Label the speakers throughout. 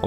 Speaker 1: 我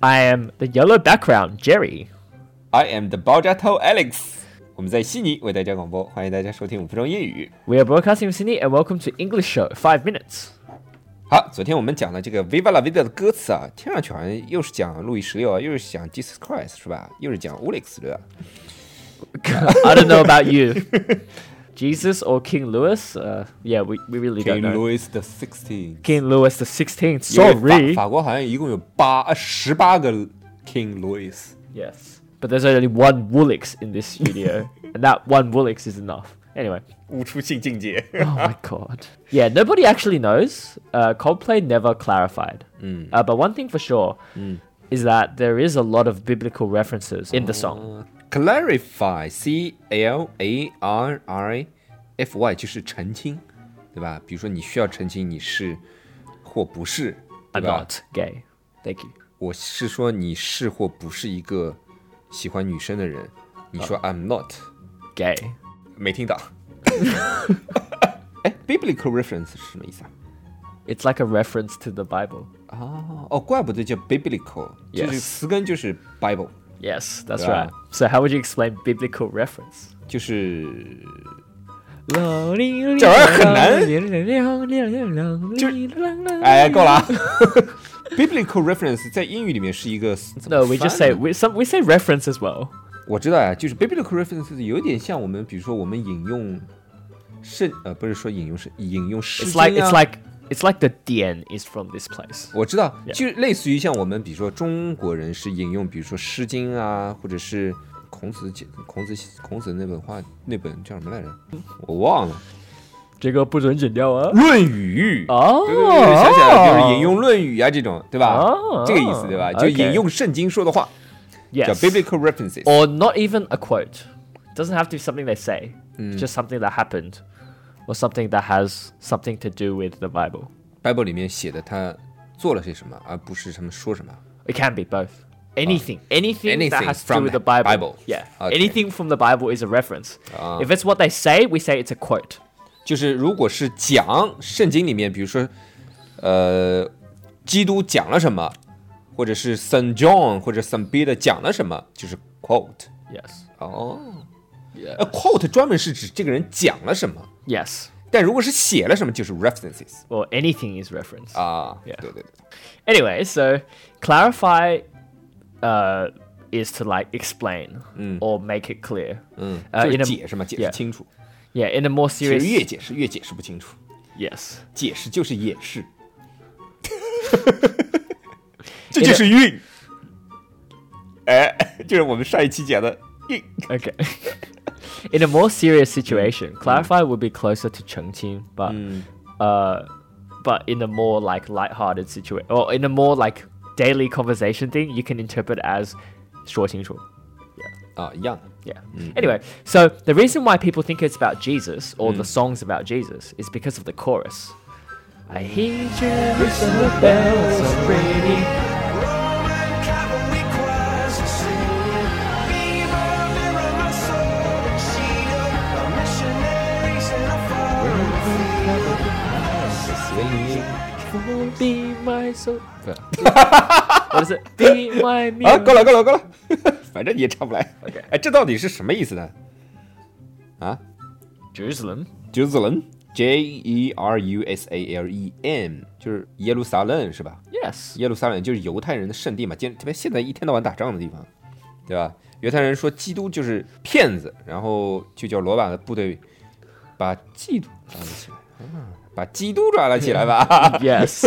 Speaker 2: I am the yellow background Jerry.
Speaker 1: I am the 爆炸头 Alex。我们在悉尼为大家广播，欢迎大家收听五分钟英语。
Speaker 2: We are broadcasting from Sydney and welcome to English Show 5 Minutes.
Speaker 1: 好，昨天我们讲了这个 Viva la Vida 的歌词啊，听上去好像又是讲路易十六啊，又是讲 Jesus Christ 是吧？又是讲 Alex 对吧？
Speaker 2: I don't know about you. Jesus or King Louis? Uh, yeah, we, we really don't know.
Speaker 3: Louis the Sixteen。
Speaker 2: King Louis the 16th.
Speaker 3: 因为法
Speaker 2: Sorry.
Speaker 3: 法国好像一共有八呃十八个 King Louis。
Speaker 2: Yes. But there's only one Woolix in this studio, and that one Woolix is enough. Anyway.
Speaker 3: 悟出性 境界。
Speaker 2: Oh my god. Yeah, nobody actually knows. Uh, Coldplay never clarified. Uh, but one thing for sure is that there is a lot of biblical references in the song.
Speaker 3: Clarify, C L A R R A F Y 就是澄清，对吧？比如说你需要澄清你是或不是，对
Speaker 2: I'm
Speaker 3: 吧？
Speaker 2: not gay. Thank you.
Speaker 3: 我是说你是或不是一个喜欢女生的人。你说 I'm not，
Speaker 2: Gay.
Speaker 3: 没听到。 哎，biblical reference 是什么意思啊？
Speaker 2: It's like a reference to the Bible.
Speaker 3: 哦哦，怪不得叫 biblical，这个
Speaker 2: Yes
Speaker 3: 词根就是 Bible，
Speaker 2: Yes, that's
Speaker 3: Yeah.
Speaker 2: right. So how would you explain biblical reference?
Speaker 3: 就是 哎，够了啊！biblical reference 在英语里面是 一个怎么
Speaker 2: No, we
Speaker 3: 翻
Speaker 2: just say
Speaker 3: 呢
Speaker 2: we some we say reference as well.
Speaker 3: 我知道呀、就是 biblical reference 有点像我们，比如说我们引用圣呃，不是说引用圣，引用诗
Speaker 2: It's
Speaker 3: 经啊。
Speaker 2: like it's like it's like the DN is from this place.
Speaker 3: 我知道，
Speaker 2: Yeah.
Speaker 3: 就类似于像我们，比如说中国人是引用，比如说《诗经》啊，或者是孔子解、孔子、孔子那本话那本叫什么来着？我忘了，
Speaker 2: 这个不准剪掉啊。
Speaker 3: 《论语》
Speaker 2: 哦
Speaker 3: 对对对，想起来了，就是引用《论语》啊，这种，对吧？
Speaker 2: 哦
Speaker 3: 这个意思，对吧？就
Speaker 2: OK
Speaker 3: 引用圣经说的话，叫
Speaker 2: Yes.
Speaker 3: biblical references。
Speaker 2: Or not even a quote. Doesn't have to be something they say. It's just something that happened, or something that has something to do with the Bible.
Speaker 3: Bible 里面写的他做了些什么，而不是什么说什么。
Speaker 2: It can be both. Anything, anything,
Speaker 3: anything
Speaker 2: that has to
Speaker 3: from
Speaker 2: do with the
Speaker 3: the Bible.
Speaker 2: Bible. Yeah,
Speaker 3: Okay.
Speaker 2: anything from the Bible is a reference. if it's what they say, we say it's a quote.
Speaker 3: 就是如果是讲圣经里面，比如说，呃，基督讲了什么，或者是 Saint John 或者 Saint Peter 讲了什么，就是 quote。
Speaker 2: Yes,
Speaker 3: 哦，呃，quote 专门是指这个人讲了什么，
Speaker 2: yes.
Speaker 3: 但如果是写了什么，就是 references
Speaker 2: Or anything is reference.
Speaker 3: 啊。
Speaker 2: Yeah
Speaker 3: 对对对，
Speaker 2: anyway, so clarify uh, is to like explain or make it clear.
Speaker 3: 嗯，
Speaker 2: 呃
Speaker 3: 就是
Speaker 2: in a-
Speaker 3: 解释嘛，解释
Speaker 2: yeah
Speaker 3: 清楚。
Speaker 2: Yeah, in a more
Speaker 3: 其实
Speaker 2: serious.
Speaker 3: 越解释越解释不清楚，
Speaker 2: Yes.
Speaker 3: 解释就是掩 饰。这
Speaker 2: In
Speaker 3: 就
Speaker 2: a-
Speaker 3: 是韵，哎，就是我们上一期讲的韵。
Speaker 2: Okay. in a more serious situation, clarify would be closer to Chengqing, but uh, but in a more like light-hearted situation, or in a more like daily conversation thing, you can interpret as 说清楚.
Speaker 3: 啊，一样。
Speaker 2: Yeah. Anyway, so the reason why people think it's about Jesus or the songs about Jesus is because of the chorus. I hear Jerusalem bells are ringing. Oh, Be my soul. what is it? Be my
Speaker 3: 啊，
Speaker 2: mirror.
Speaker 3: 够了，够了，够 了，反正你也唱不来。
Speaker 2: 嗯 OK
Speaker 3: 哎，这到底是什么意思呢？啊
Speaker 2: Jerusalem.
Speaker 3: 耶路撒冷 J E R U S A L E M，就是耶路撒冷是吧？
Speaker 2: Yes.
Speaker 3: 耶路撒冷就是犹太人的圣地嘛，现特别现在一天到晚打仗的地方，对吧？犹太人说基督就是骗子，然后就叫罗马的部队 把基督抓了起来，啊把基督抓了起来吧。
Speaker 2: Yes.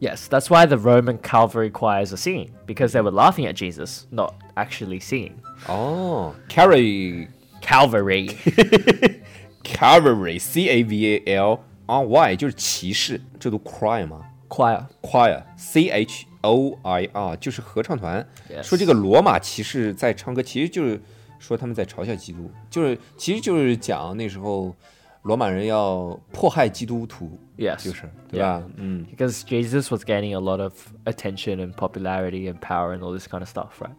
Speaker 2: Yes, that's why the Roman Calvary choirs are singing, because they were laughing at Jesus, not actually singing.
Speaker 3: 哦，carry
Speaker 2: Calvary.
Speaker 3: cavalry c a v a l r y 就是骑士，这读 cry 吗
Speaker 2: choir.
Speaker 3: ？choir c h o i r 就是合唱团。
Speaker 2: Yes
Speaker 3: 说这个罗马骑士在唱歌，其实就是说他们在嘲笑基督，就是其实就是讲那时候罗马人要迫害基督徒，
Speaker 2: Yes.
Speaker 3: 就是对吧？嗯，
Speaker 2: Because Jesus was gaining a lot of attention and popularity and power and all this kind of stuff, right?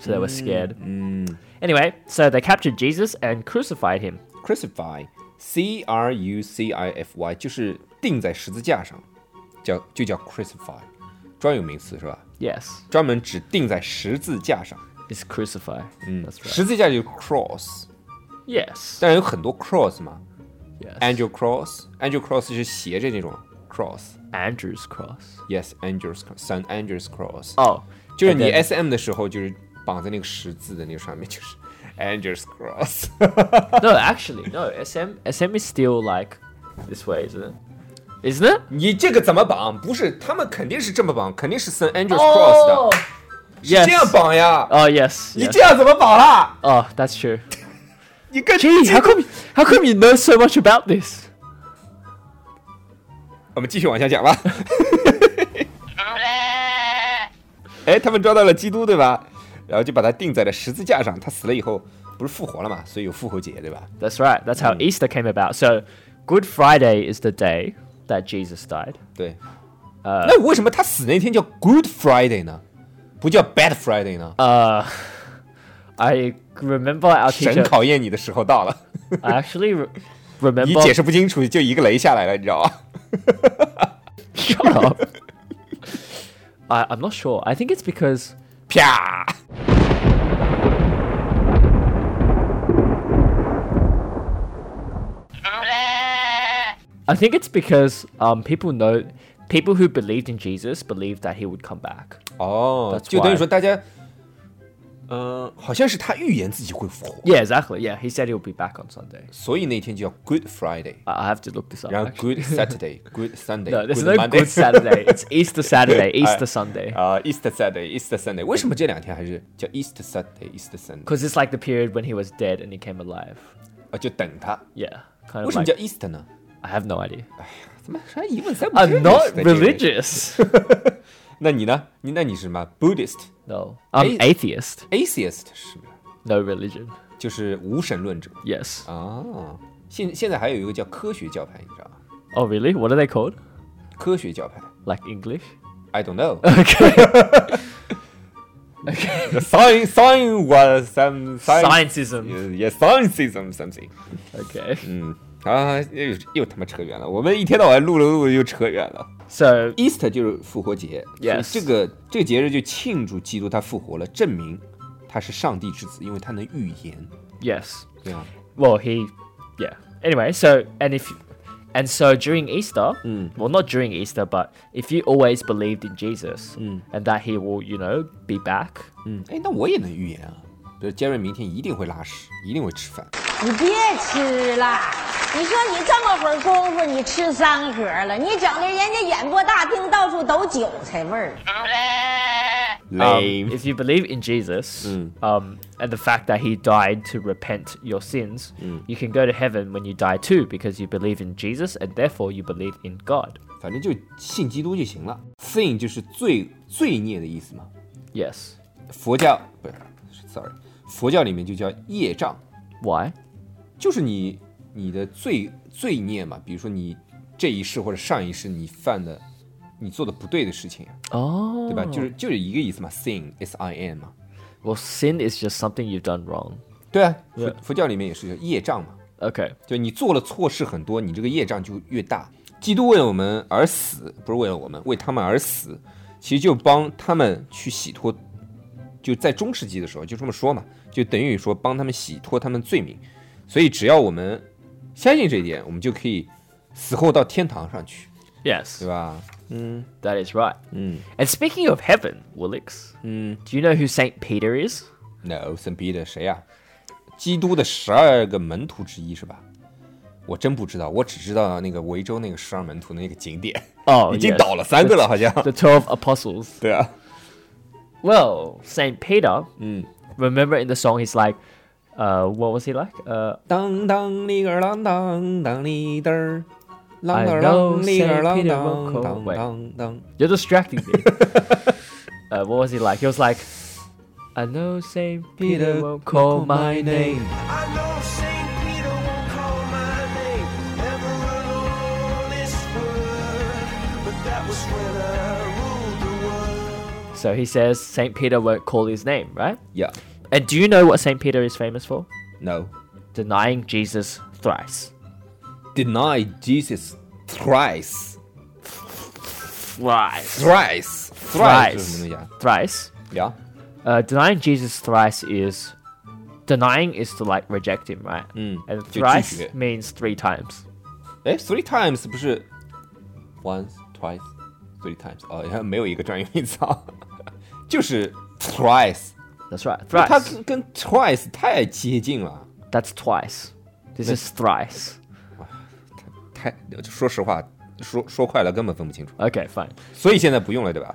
Speaker 2: So they were scared. Anyway, so they captured Jesus and crucified him.
Speaker 3: crucify c r u c i f y 就是钉在十字架上，叫就叫 crucify，专有名词是吧？
Speaker 2: Yes,
Speaker 3: 专门指钉在十字架上，
Speaker 2: it's crucify. That's right.
Speaker 3: 十字架就是 cross，
Speaker 2: Yes.
Speaker 3: 但是有很多 cross 嘛
Speaker 2: yes.
Speaker 3: ，angel cross，angel cross 是斜着那种 cross，yes
Speaker 2: Andrew's cross.
Speaker 3: angels sun angels cross，
Speaker 2: Oh,
Speaker 3: 就是你
Speaker 2: and then-
Speaker 3: S M 的时候就是绑在那个十字的那个上面，就是 angels cross，
Speaker 2: no, actually, no. SM SM is still like this way, isn't it? Isn't it?
Speaker 3: 你这个怎么绑？不是，他们肯定是这么绑，肯定是 sun angels cross 的。是
Speaker 2: 哦 Oh! Yes.
Speaker 3: 这样绑呀？
Speaker 2: Oh yes.
Speaker 3: 你
Speaker 2: yes.
Speaker 3: 这样怎么绑啦？
Speaker 2: Oh, that's true.
Speaker 3: 你跟
Speaker 2: Gee, how come how come you know so much about this?
Speaker 3: 我们继续往下讲吧。哎，他们抓到了基督，对吧？然后就把他钉在了十字架上。他死了以后，不是复活了嘛？所以有复活节，对吧？
Speaker 2: That's right. That's how Easter came about. So, Good Friday is the day that Jesus died.
Speaker 3: 对。
Speaker 2: 呃
Speaker 3: 那为什么他死那天叫 Good Friday 呢？不叫 Bad Friday 呢？
Speaker 2: Uh, I remember our
Speaker 3: 神
Speaker 2: teacher.
Speaker 3: 考验你的时候到了，
Speaker 2: I actually re-
Speaker 3: 你
Speaker 2: remember.
Speaker 3: 解释不清楚，就一个雷下来了，你知道吧？
Speaker 2: Shut up. I, I'm not sure. I think it's because
Speaker 3: 啪！
Speaker 2: I think it's because um people know people who believed in Jesus believed that he would come back.
Speaker 3: 哦
Speaker 2: That's
Speaker 3: 就等于
Speaker 2: why
Speaker 3: 说大家，嗯，好像是他预言自己会复活，
Speaker 2: Yeah, exactly. Yeah, he said he'll be back on Sunday.
Speaker 3: 所以那天就叫 Good Friday。
Speaker 2: I, I have to look this up.
Speaker 3: 然后
Speaker 2: actually.
Speaker 3: Good Saturday, Good Sunday,
Speaker 2: No, there's
Speaker 3: Good
Speaker 2: no
Speaker 3: Monday,
Speaker 2: Good Saturday. It's Easter Saturday, Easter Sunday.
Speaker 3: 啊、e a s t e r Saturday, Easter Sunday，为什么这两天还是叫 Easter Saturday, Easter Sunday？
Speaker 2: Because it's like the period when he was dead and he came alive.
Speaker 3: 啊，就等它。
Speaker 2: Yeah. Kind
Speaker 3: 为
Speaker 2: of
Speaker 3: 什么
Speaker 2: like,
Speaker 3: 叫 Easter 呢？
Speaker 2: I have no idea.
Speaker 3: 怎么还一问三不知
Speaker 2: I'm
Speaker 3: 呢
Speaker 2: 啊 not
Speaker 3: 在这个
Speaker 2: religious.
Speaker 3: 那你呢？你那你是什么？Buddhist,
Speaker 2: no. I'm
Speaker 3: Athe-
Speaker 2: atheist.
Speaker 3: atheist 是不是？
Speaker 2: No religion.
Speaker 3: 就是无神论者
Speaker 2: Yes.
Speaker 3: Oh. 啊。现现在还有一个叫科学教派，你知道吗？
Speaker 2: Oh, really? What are they called?
Speaker 3: 科学教派
Speaker 2: Like English?
Speaker 3: ，I don't know. Okay. The sign, sign was some sign.
Speaker 2: Scientism.
Speaker 3: Yes, scientism something.
Speaker 2: Okay.
Speaker 3: 啊，又又他妈扯远了！我们一天到晚录了录又扯远了。
Speaker 2: So,
Speaker 3: Easter 就是复活节所以
Speaker 2: Yes
Speaker 3: 这个这个节日就庆祝基督他复活了，证明他是上帝之子，因为他能预言。
Speaker 2: yes.
Speaker 3: 对啊，
Speaker 2: Well, he. Yeah. Anyway, so, and if. And so during Easter, well, not during Easter, but if you always believed in Jesus and that he will, you know, be back,
Speaker 3: 嗯，哎，那我也能预言啊。比如杰瑞明天一定会拉屎，一定会吃饭。
Speaker 4: 你别吃了，你说你这么会儿功夫，你吃三盒了，你整的人家演播大厅到处都韭菜味儿。
Speaker 2: um,
Speaker 3: Lame
Speaker 2: if you believe in Jesus um, and the fact that he died to repent your sins, you can go to heaven when you die too because you believe in Jesus and therefore you believe in God.
Speaker 3: 反正就信基督就行了。Sin 就是罪罪孽的意思嘛。
Speaker 2: Yes.
Speaker 3: 佛教不是，sorry，佛教里面就叫业障。
Speaker 2: Why?
Speaker 3: 就是你你的罪罪孽嘛，比如说你这一世或者上一世你犯的，你做的不对的事情，啊
Speaker 2: Oh.
Speaker 3: 对吧？就是就是一个意思嘛，sin s i n 嘛，
Speaker 2: Well, sin is just something you've done wrong.
Speaker 3: 对啊，佛
Speaker 2: Yeah
Speaker 3: 佛教里面也是叫业障嘛，
Speaker 2: Okay.
Speaker 3: 就你做了错事很多，你这个业障就越大。基督为了我们而死，不是为了我们，为他们而死，其实就帮他们去洗脱，就在中世纪的时候就这么说嘛，就等于说帮他们洗脱他们罪名。所以只要我们相信这一点，我们就可以死后到天堂上去，
Speaker 2: Yes.
Speaker 3: 对吧？
Speaker 2: That is right. And speaking of heaven, Willix, do you know who Saint Peter is?
Speaker 3: 啊 No，圣彼得谁呀、基督的十二个门徒之一是吧？我真不知道，我只知道那个维州那个十二门徒那个景点
Speaker 2: Oh,
Speaker 3: 已经
Speaker 2: yes.
Speaker 3: 倒了三个了，好像。
Speaker 2: The Twelve Apostles.
Speaker 3: 对啊，
Speaker 2: Well, Saint Peter. Remember in the song, he's like, uh, what was he like? Uh,
Speaker 3: 当当里个啷当当里嘚儿，啷
Speaker 2: I
Speaker 3: 个
Speaker 2: know
Speaker 3: 啷里个
Speaker 2: Saint
Speaker 3: 啷
Speaker 2: Peter
Speaker 3: 当
Speaker 2: won't
Speaker 3: 当
Speaker 2: go away.
Speaker 3: 当当。
Speaker 2: you're distracting me. uh, what was he like? He was like, I know Saint Peter won't call my name.
Speaker 5: I know St. Peter won't call my name ever alone this word, but that was when I ruled the world.
Speaker 2: So he says Saint Peter won't call his name, right?
Speaker 3: Yeah,
Speaker 2: And do you know what Saint Peter is famous for?
Speaker 3: no.
Speaker 2: Denying Jesus thrice.
Speaker 3: Deny Jesus thrice,
Speaker 2: Thrice.
Speaker 3: thrice, thrice 是什么东西啊
Speaker 2: Thrice.
Speaker 3: ？Yeah,
Speaker 2: Uh, denying Jesus thrice is denying is to like reject him, right? And
Speaker 3: 就拒
Speaker 2: thrice
Speaker 3: 绝
Speaker 2: means three times.
Speaker 3: 哎，three times 不是 once, twice, three times 哦，好像没有一个专业名词啊，就是 thrice。
Speaker 2: That's right.
Speaker 3: 它
Speaker 2: Thrice.
Speaker 3: 跟跟 twice 太接近了，
Speaker 2: That's twice. This is thrice.
Speaker 3: 太说实话，说说快了根本分不清楚，
Speaker 2: Okay, fine.
Speaker 3: 所以现在不用了，对吧？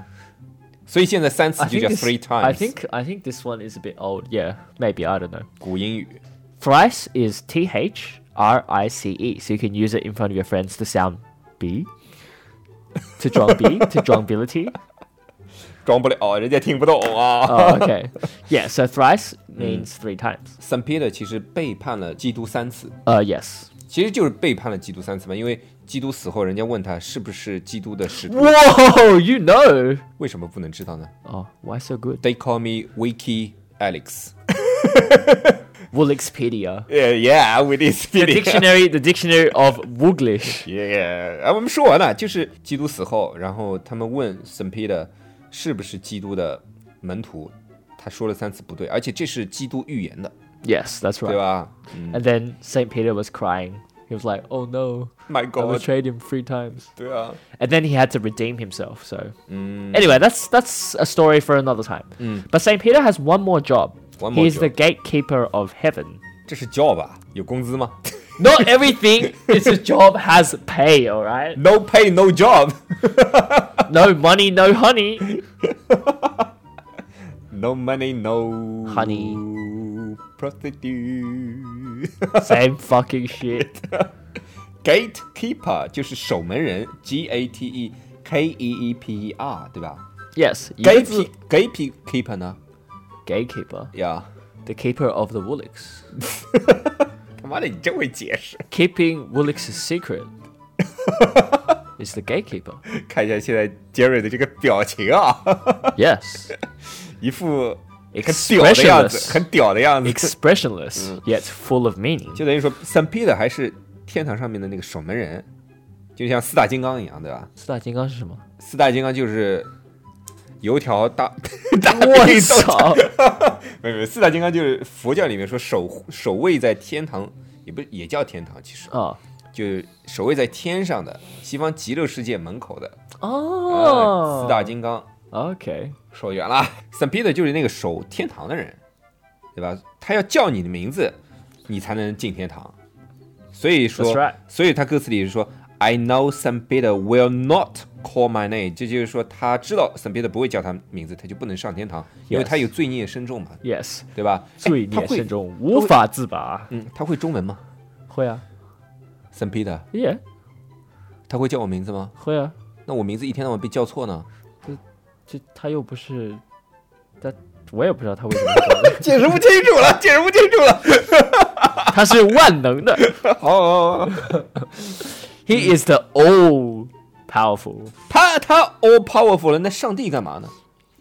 Speaker 3: 所以现在三次
Speaker 2: I
Speaker 3: 就
Speaker 2: think,
Speaker 3: 叫
Speaker 2: this-
Speaker 3: three times。
Speaker 2: I think I think this one is a bit old. Yeah, maybe I don't know.
Speaker 3: 古英语
Speaker 2: Thrice is T H R I C E, so you can use it in front of your friends to sound B, to drunk B, to drunkability.
Speaker 3: 装不了，哦人家听不懂 啊。
Speaker 2: Oh, okay. Yeah, so thrice means three times.
Speaker 3: 圣彼得其实背叛了基督三次，
Speaker 2: Uh, yes.
Speaker 3: 其实就是背叛了基督三次嘛，因为基督死后，人家问他是不是基督的使徒，
Speaker 2: Whoa, you know.
Speaker 3: 为什么不能知道呢
Speaker 2: Oh, why so good?
Speaker 3: ？They call me Wiki Alex。
Speaker 2: Woolixpedia.
Speaker 3: Yeah, yeah, with this
Speaker 2: The
Speaker 3: feeling.
Speaker 2: dictionary, the dictionary of Wooglish.
Speaker 3: Yeah，啊，我们说完了，就是基督死后，然后他们问圣彼得是不是基督的门徒，他说了三次不对，而且这是基督预言的，
Speaker 2: Yes, that's
Speaker 3: 对
Speaker 2: right.
Speaker 3: 吧
Speaker 2: And then Saint Peter was crying. He was like, "Oh no,
Speaker 3: ？My
Speaker 2: I
Speaker 3: God，
Speaker 2: betrayed him three times."
Speaker 3: 对啊，
Speaker 2: And then he had to redeem himself. So anyway, that's that's a story for another time. But Saint Peter has Mm. one more job.
Speaker 3: One more
Speaker 2: He's
Speaker 3: job.
Speaker 2: the gatekeeper of heaven.
Speaker 3: 这是 job 吧？有工资吗
Speaker 2: Not everything is a job has pay. All right,
Speaker 3: ？No pay, no job,
Speaker 2: no money, no honey.
Speaker 3: no money, no
Speaker 2: Honey.
Speaker 3: prostitute.
Speaker 2: Same fucking shit.
Speaker 3: Gatekeeper 就是守门人，G A T E K E E P E R，对吧
Speaker 2: Yes, you can see-
Speaker 3: ？Gate Gatekeeper 呢？
Speaker 2: gatekeeper,
Speaker 3: 呀、
Speaker 2: the keeper of the Woolix,
Speaker 3: 他妈的，你真会解释。
Speaker 2: keeping Woolix's secret. is the gatekeeper.
Speaker 3: 看一下现在杰瑞的这个表情啊，
Speaker 2: Yes.
Speaker 3: 一副很屌的样子，很
Speaker 2: Expressionless.
Speaker 3: 屌的样子，
Speaker 2: Expressionless, yet full of meaning.
Speaker 3: 就等于说圣彼得还是天堂上面的那个守门人，就像四大金刚一样，对吧？
Speaker 2: 四大金刚是什么？
Speaker 3: 四大金刚就是油条 大大
Speaker 2: 我
Speaker 3: 便斗
Speaker 2: 操！
Speaker 3: 没有没有，四大金刚就是佛教里面说守守卫在天堂，也不也叫天堂，其实
Speaker 2: 啊
Speaker 3: 就是守卫在天上的西方极乐世界门口的、呃、
Speaker 2: 哦，
Speaker 3: 四大金刚。
Speaker 2: OK，
Speaker 3: 说远了，圣彼得就是那个守天堂的人，对吧？他要叫你的名字，你才能进天堂。所以说
Speaker 2: That's right
Speaker 3: 所以他歌词里是说，I know Saint Peter will not call my name，这就是说他知道圣彼得不会叫他名字，他就不能上天堂，因为
Speaker 2: Yes
Speaker 3: 他有罪孽深重嘛，
Speaker 2: yes，
Speaker 3: 对吧？哎
Speaker 2: 罪
Speaker 3: 他
Speaker 2: 孽
Speaker 3: 会
Speaker 2: 深重，无法自拔。
Speaker 3: 嗯，他会中文吗？
Speaker 2: 会啊，
Speaker 3: 圣彼得
Speaker 2: 耶，
Speaker 3: 他会叫我名字吗？
Speaker 2: 会啊，
Speaker 3: 那我名字一天到晚被叫错呢，
Speaker 2: 这他又不是，他我也不知道他为什么会 这样，
Speaker 3: 解释不清楚了， 解释不清楚了。
Speaker 2: 他是万能的。
Speaker 3: 哦，
Speaker 2: He is the all powerful.
Speaker 3: 他他 all powerful 了，那上帝干嘛呢？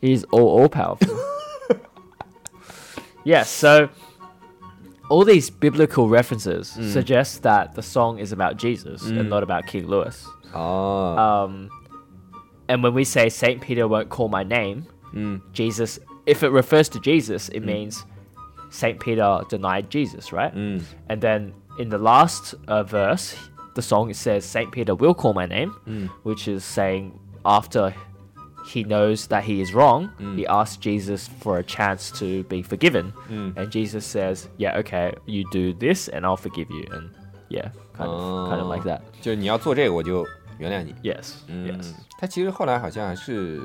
Speaker 2: He is all all powerful. yes, so all these biblical references suggest that the song is about Jesus and not about King Louis.
Speaker 3: 哦，
Speaker 2: Um, and when we say Saint Peter won't call my name, Jesus, if it refers to Jesus, it means Saint Peter denied Jesus, right? And then in the last uh, verse, the song says Saint Peter will call my name, which is saying after he knows that he is wrong, he asks Jesus for a chance to be forgiven, and Jesus says, "Yeah, okay, you do this, and I'll forgive you." And Yeah, kind
Speaker 3: Oh.
Speaker 2: of, kind of like that.
Speaker 3: 就是你要做这个，我就原谅你。
Speaker 2: Yes,
Speaker 3: 嗯
Speaker 2: yes,
Speaker 3: 他其实后来好像还是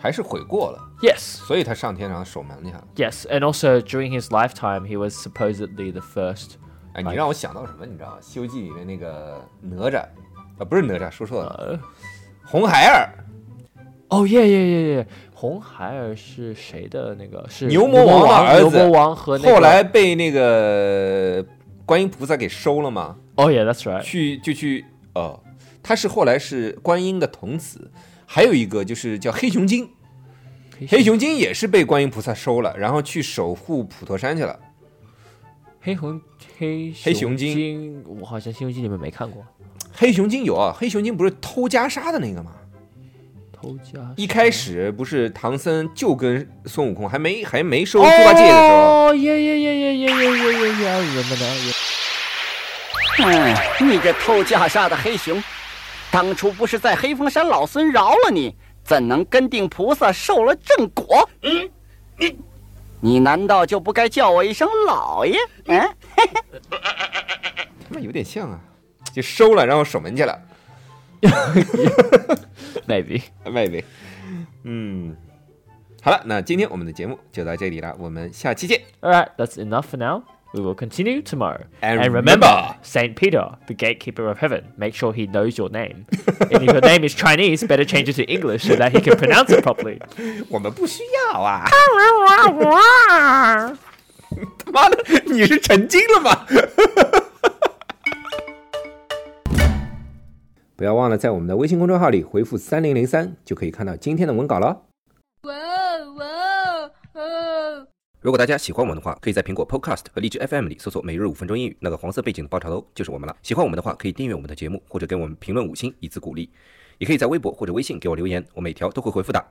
Speaker 3: 还是悔过了，
Speaker 2: yes,
Speaker 3: 所以他上天堂守门去了。
Speaker 2: yes. And also during his lifetime, he was supposedly the first.
Speaker 3: 哎，你让我想到什么？你知道吗？《西游记》里面那个哪吒，啊，不是哪吒，说错了，
Speaker 2: 呃
Speaker 3: 红孩儿，
Speaker 2: Oh yeah, yeah, yeah, yeah. 红孩儿是谁的那个？是
Speaker 3: 牛魔
Speaker 2: 魔
Speaker 3: 王的儿
Speaker 2: 牛
Speaker 3: 子
Speaker 2: 魔王和那个。
Speaker 3: 后来被那个观音菩萨给收了嘛，
Speaker 2: Oh yeah, that's right.
Speaker 3: 去就去，哦，他是后来是观音的童子，还有一个就是叫黑熊精，黑熊精也是被观音菩萨收了，然后去守护普陀山去了。
Speaker 2: 黑熊黑
Speaker 3: 黑熊精
Speaker 2: 精，我好像《西游记》里面没看过。
Speaker 3: 黑熊精有啊，黑熊精不是偷袈裟的那个吗？
Speaker 2: 偷家
Speaker 3: 一开始不是唐僧就跟孙悟空还没还没收猪八戒的时候，
Speaker 2: 哦耶耶耶耶耶耶耶耶耶！我们的
Speaker 6: 嗯，你这偷袈裟的黑熊，当初不是在黑风山老孙饶了你，怎能跟定菩萨受了正果？嗯，你你难道就不该叫我一声老爷？嗯。
Speaker 3: 他妈有点像啊，就收了，然后守门去了。
Speaker 2: maybe
Speaker 3: 外围，嗯，好了，那今天我们的节目就到这里了，我们下期见。
Speaker 2: all right. That's enough for now. We will continue tomorrow.
Speaker 3: And remember-
Speaker 2: Saint Peter, the gatekeeper of heaven. Make sure he knows your name. and if your name is Chinese, better change it to English so that he can pronounce it properly.
Speaker 3: 我们不需要啊。 他妈的，你是成精了吗？
Speaker 1: 不要忘了在我们的微信公众号里回复三零零三，就可以看到今天的文稿了。
Speaker 7: Whoa, whoa, oh.
Speaker 1: 哦如果大家喜欢我们的话，可以在苹果 Podcast 和荔枝 FM 里搜索“每日五分钟英语”，那个黄色背景的爆炒头就是我们了。喜欢我们的话，可以订阅我们的节目，或者给我们评论五星以资鼓励。也可以在微博或者微信给我留言，我每条都会回复的。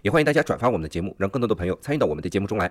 Speaker 1: 也欢迎大家转发我们的节目，让更多的朋友参与到我们的节目中来。